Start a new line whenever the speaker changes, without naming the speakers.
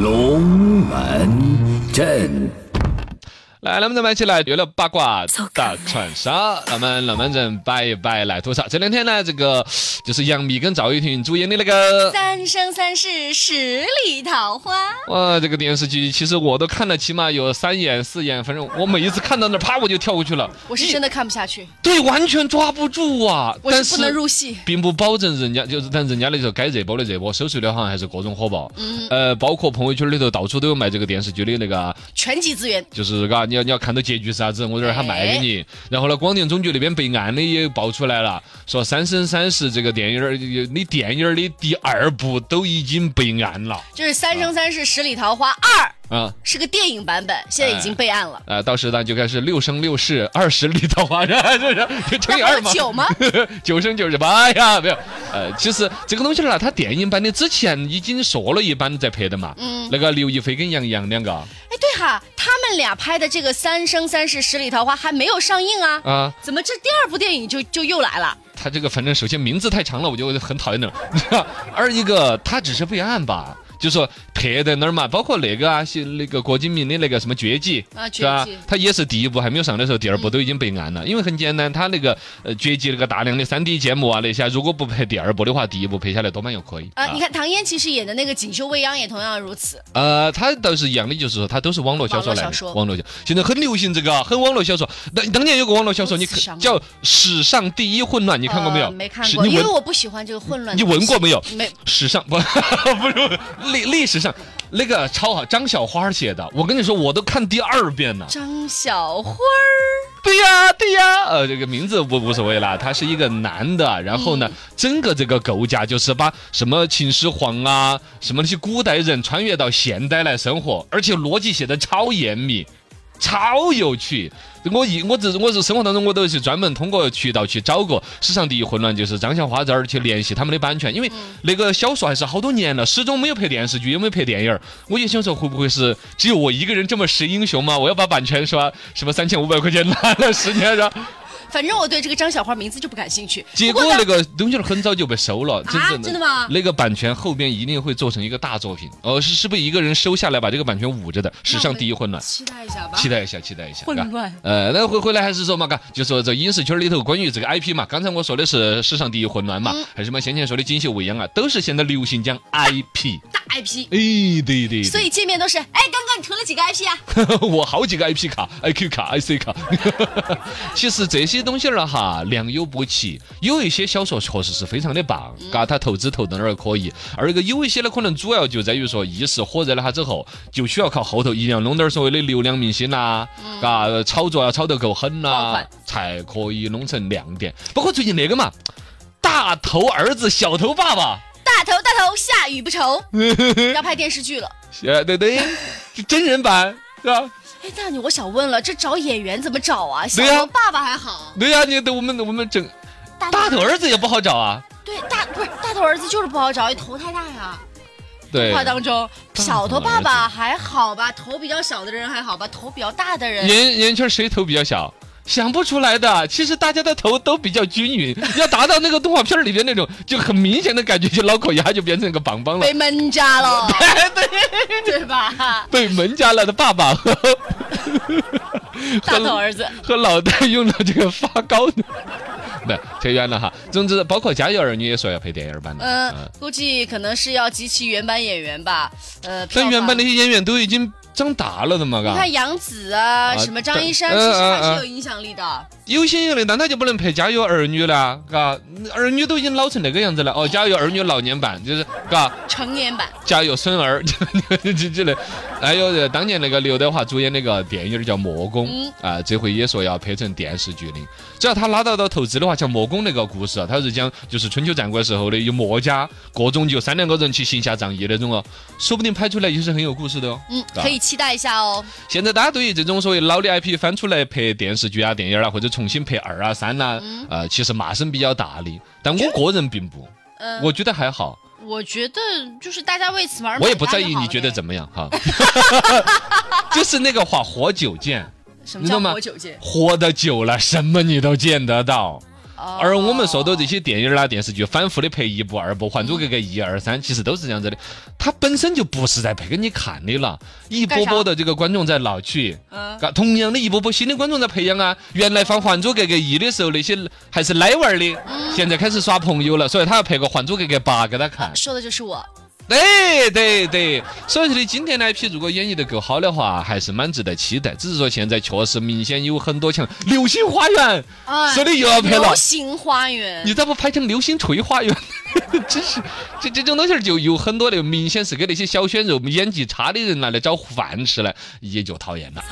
龙门阵。
来，咱们咱们一起来娱乐八卦大串烧，咱们龙门阵拜一拜来吐槽。这两天呢，这个就是杨幂跟赵又廷主演的那个
三生三世十里桃花，
哇，这个电视剧其实我都看了，起码有三眼四眼，反正我每一次看到那儿，啪我就跳过去了。
我是真的看不下去，
对，完全抓不住啊！
我
但
是不能入戏。
并不保证人家就是，但人家那时候该热播的热播，收视率好像还是各种火爆。嗯。呃，包括朋友圈里头到处都有卖这个电视剧的那个，啊
全集资源，
就是嘎，你要你要看到结局是啥子，我这儿还卖给你。然后呢，广电总局那边备案的也爆出来了，说《三生三世》这个电影儿的电影儿的第二部都已经备案了
就是《三生三世十里桃花二》
啊。
是个电影版本，现在已经备案了。
呃，到时呢就开始六生六世二十里桃花，这是就乘以
那
二
不
嘛
是，九吗？
九生九十八呀，没有。呃，其实这个东西儿呢，它电影版的之前已经说了一版在拍的嘛。
嗯
那个刘亦菲跟杨洋两个
哎，对哈，他们俩拍的这个《三生三世十里桃花》还没有上映啊，
啊，
怎么这第二部电影就就又来了？
他这个反正首先名字太长了，我就很讨厌那种。 二一个，他只是备案吧。就说拍在那儿嘛，包括那个啊，是那个郭敬明的那个什么绝技
啊
是吧
绝技？嗯
他也是第一部还没有上的时候，第二部都已经备案了。因为很简单，他那个呃绝技那个大量的三 D 建模啊那些，如果不拍第二部的话，第一部拍下来多半要亏
啊，你看唐嫣其实演的那个《锦绣未央》也同样如此。
呃，它倒是一样的，就是说它都是网络小说来
网络小
的
说，
网络小现在很流行这个啊，很网络小说。当当年有个网络小说，
多
你
慈祥啊
叫《史上第一混乱》，你看过没有？
呃没看
是
过，
你
因为
闻
我不喜欢这个混乱。
你闻过没有？
没？
史上 不不是历历史上那个超好，张小花写的。我跟你说，我都看第二遍了。
张小花儿，
对呀、对呀、呃，这个名字不无所谓啦，他是一个男的，然后呢，整个这个构架就是把什么秦始皇啊，什么那些古代人穿越到现代来生活，而且逻辑写的超严密。超有趣！我一我只我是生活当中我都是专门通过渠道去找过史上第一混乱，就是张小花这儿去联系他们的版权，因为
嗯
那个小说还是好多年了，始终没有拍电视剧，也没有拍电影儿。我也想说，会不会是只有我一个人这么识英雄吗？我要把版权是吧？什么三千五百块钱拿了十年，然后
反正我对这个张小花名字就不感兴趣。
结
不
果
呢啊
那个东西儿很早就被收了，真正的
真的吗
那个版权后边一定会做成一个大作品，哦，是是被一个人收下来把这个版权捂着的，史上第一混乱。
期待一下吧。
啊期待一下，期待一下。
啊混
嘎
乱
呃，那回回来还是说嘛，嘎，就说这影视圈里头关于这个 IP 嘛，刚才我说的是史上第一混乱嘛，
嗯
还是什么先前说的锦绣未央啊，都是现在流行讲 IP。
大 IP，
哎，对对
所
对，
以见面都是，哎，刚刚你囤了几个 IP 啊？
我好几个 IP 卡、IQ 卡、IC 卡。 其实这些东西儿啊哈，良莠不齐，有一些小说确实是非常的棒，
嗯
嘎，它投资投到哪儿可以，而一个有一些呢，可能主要就在于说一时火热了它之后，就需要靠后头一定要弄点儿所谓的流量明星啦，嘎，炒作要炒得够狠
嗯爆
啦
款，
才可以弄成亮点。包括最近那个嘛，大头儿子小头爸 爸。
大头大头，下雨 不愁，要拍电视剧了。
呃，对 对，真人版是吧？
哎，那你我想问了，这找演员怎么找啊？小
对呀
王爸爸还好，
对呀、你等我们我们
哎
整
大
大头儿子也不好找啊。
对大不是大头儿子就是不好找，头太大呀。
对，
话当中，
大头
小头爸爸还好吧，头比较小的人还好吧，头比较大的人，
演演艺圈谁头比较小？想不出来的，其实大家的头都比较均匀， 要达到那个动画片里边那种就很明显的感觉，就脑壳牙就变成一个棒棒了
被，闷 炸了，对吧？
被门家了的爸爸和
大头儿子，
和老大用了这个发糕的， 不扯远了哈。总之，包括《家有儿女》也说要拍电影版的，
嗯、
嗯
估计可能是要集齐原班演员吧，呃，
但原版
的
那。些演员都已经长大了的嘛，
你
嘎
看。杨紫啊，
啊
什么张一山，
对
其
嗯
实还
嗯嗯
是有影响力的。
有些人的，但他就不能拍《家有儿女》了，嘎，儿女都已经老成那个样子了，哦，《家有儿女》老年版就是，嘎，
成年版
家有孙儿， 这这这类，还有呃当年那个刘德华主演那个电影叫《魔宫》
嗯
啊，这回也说要拍成电视剧的。只要他拉到到投资的话，像《魔宫》那个故事啊，他是讲就是春秋战国时候的有墨家，各种就三两个人去行侠仗义那种哦，说不定拍出来也是很有故事的哦。
嗯，
啊
可以期待一下哦。
现在大家对于这种所谓老的 IP 翻出来拍电视剧啊、电影啊，或者重新拍二啊、三啦、呃，其实骂声比较大的，但我个人并不，
嗯、
我觉得还好。
我觉得就是大家为此而
我也不在意你觉得怎么样哈， 就是那个话，活久见，
么什
你知
么
道
叫
吗
活久见？
活得久了，什么你都见得到。
哦
而我们说的这些电影啦、电视剧反复的拍一部、二部，《还珠格格》一二三，其实都是这样子的。它本身就不是在拍给你看的了，一波波的这个观众在老去，
嗯
嘎同样的一波波新的观众在培养啊。原来放《还珠格格一》的时候，那些还是奶娃儿的，
嗯
现在开始耍朋友了，所以他要拍个《还珠格格八》给他看。
啊说的就是 我。
对对对，所以说的今天那一批如果演绎的够好的话，还是蛮值得期待。只是说现在确实明显有很多像《流星花园》
哎
说的又要拍了
流，星花园
你，咋不拍成《流星锤花园》？ 真是，这这种东西儿就有很多的，明显是给那些小鲜肉、演技差的人拿来找饭吃了，也就讨厌了。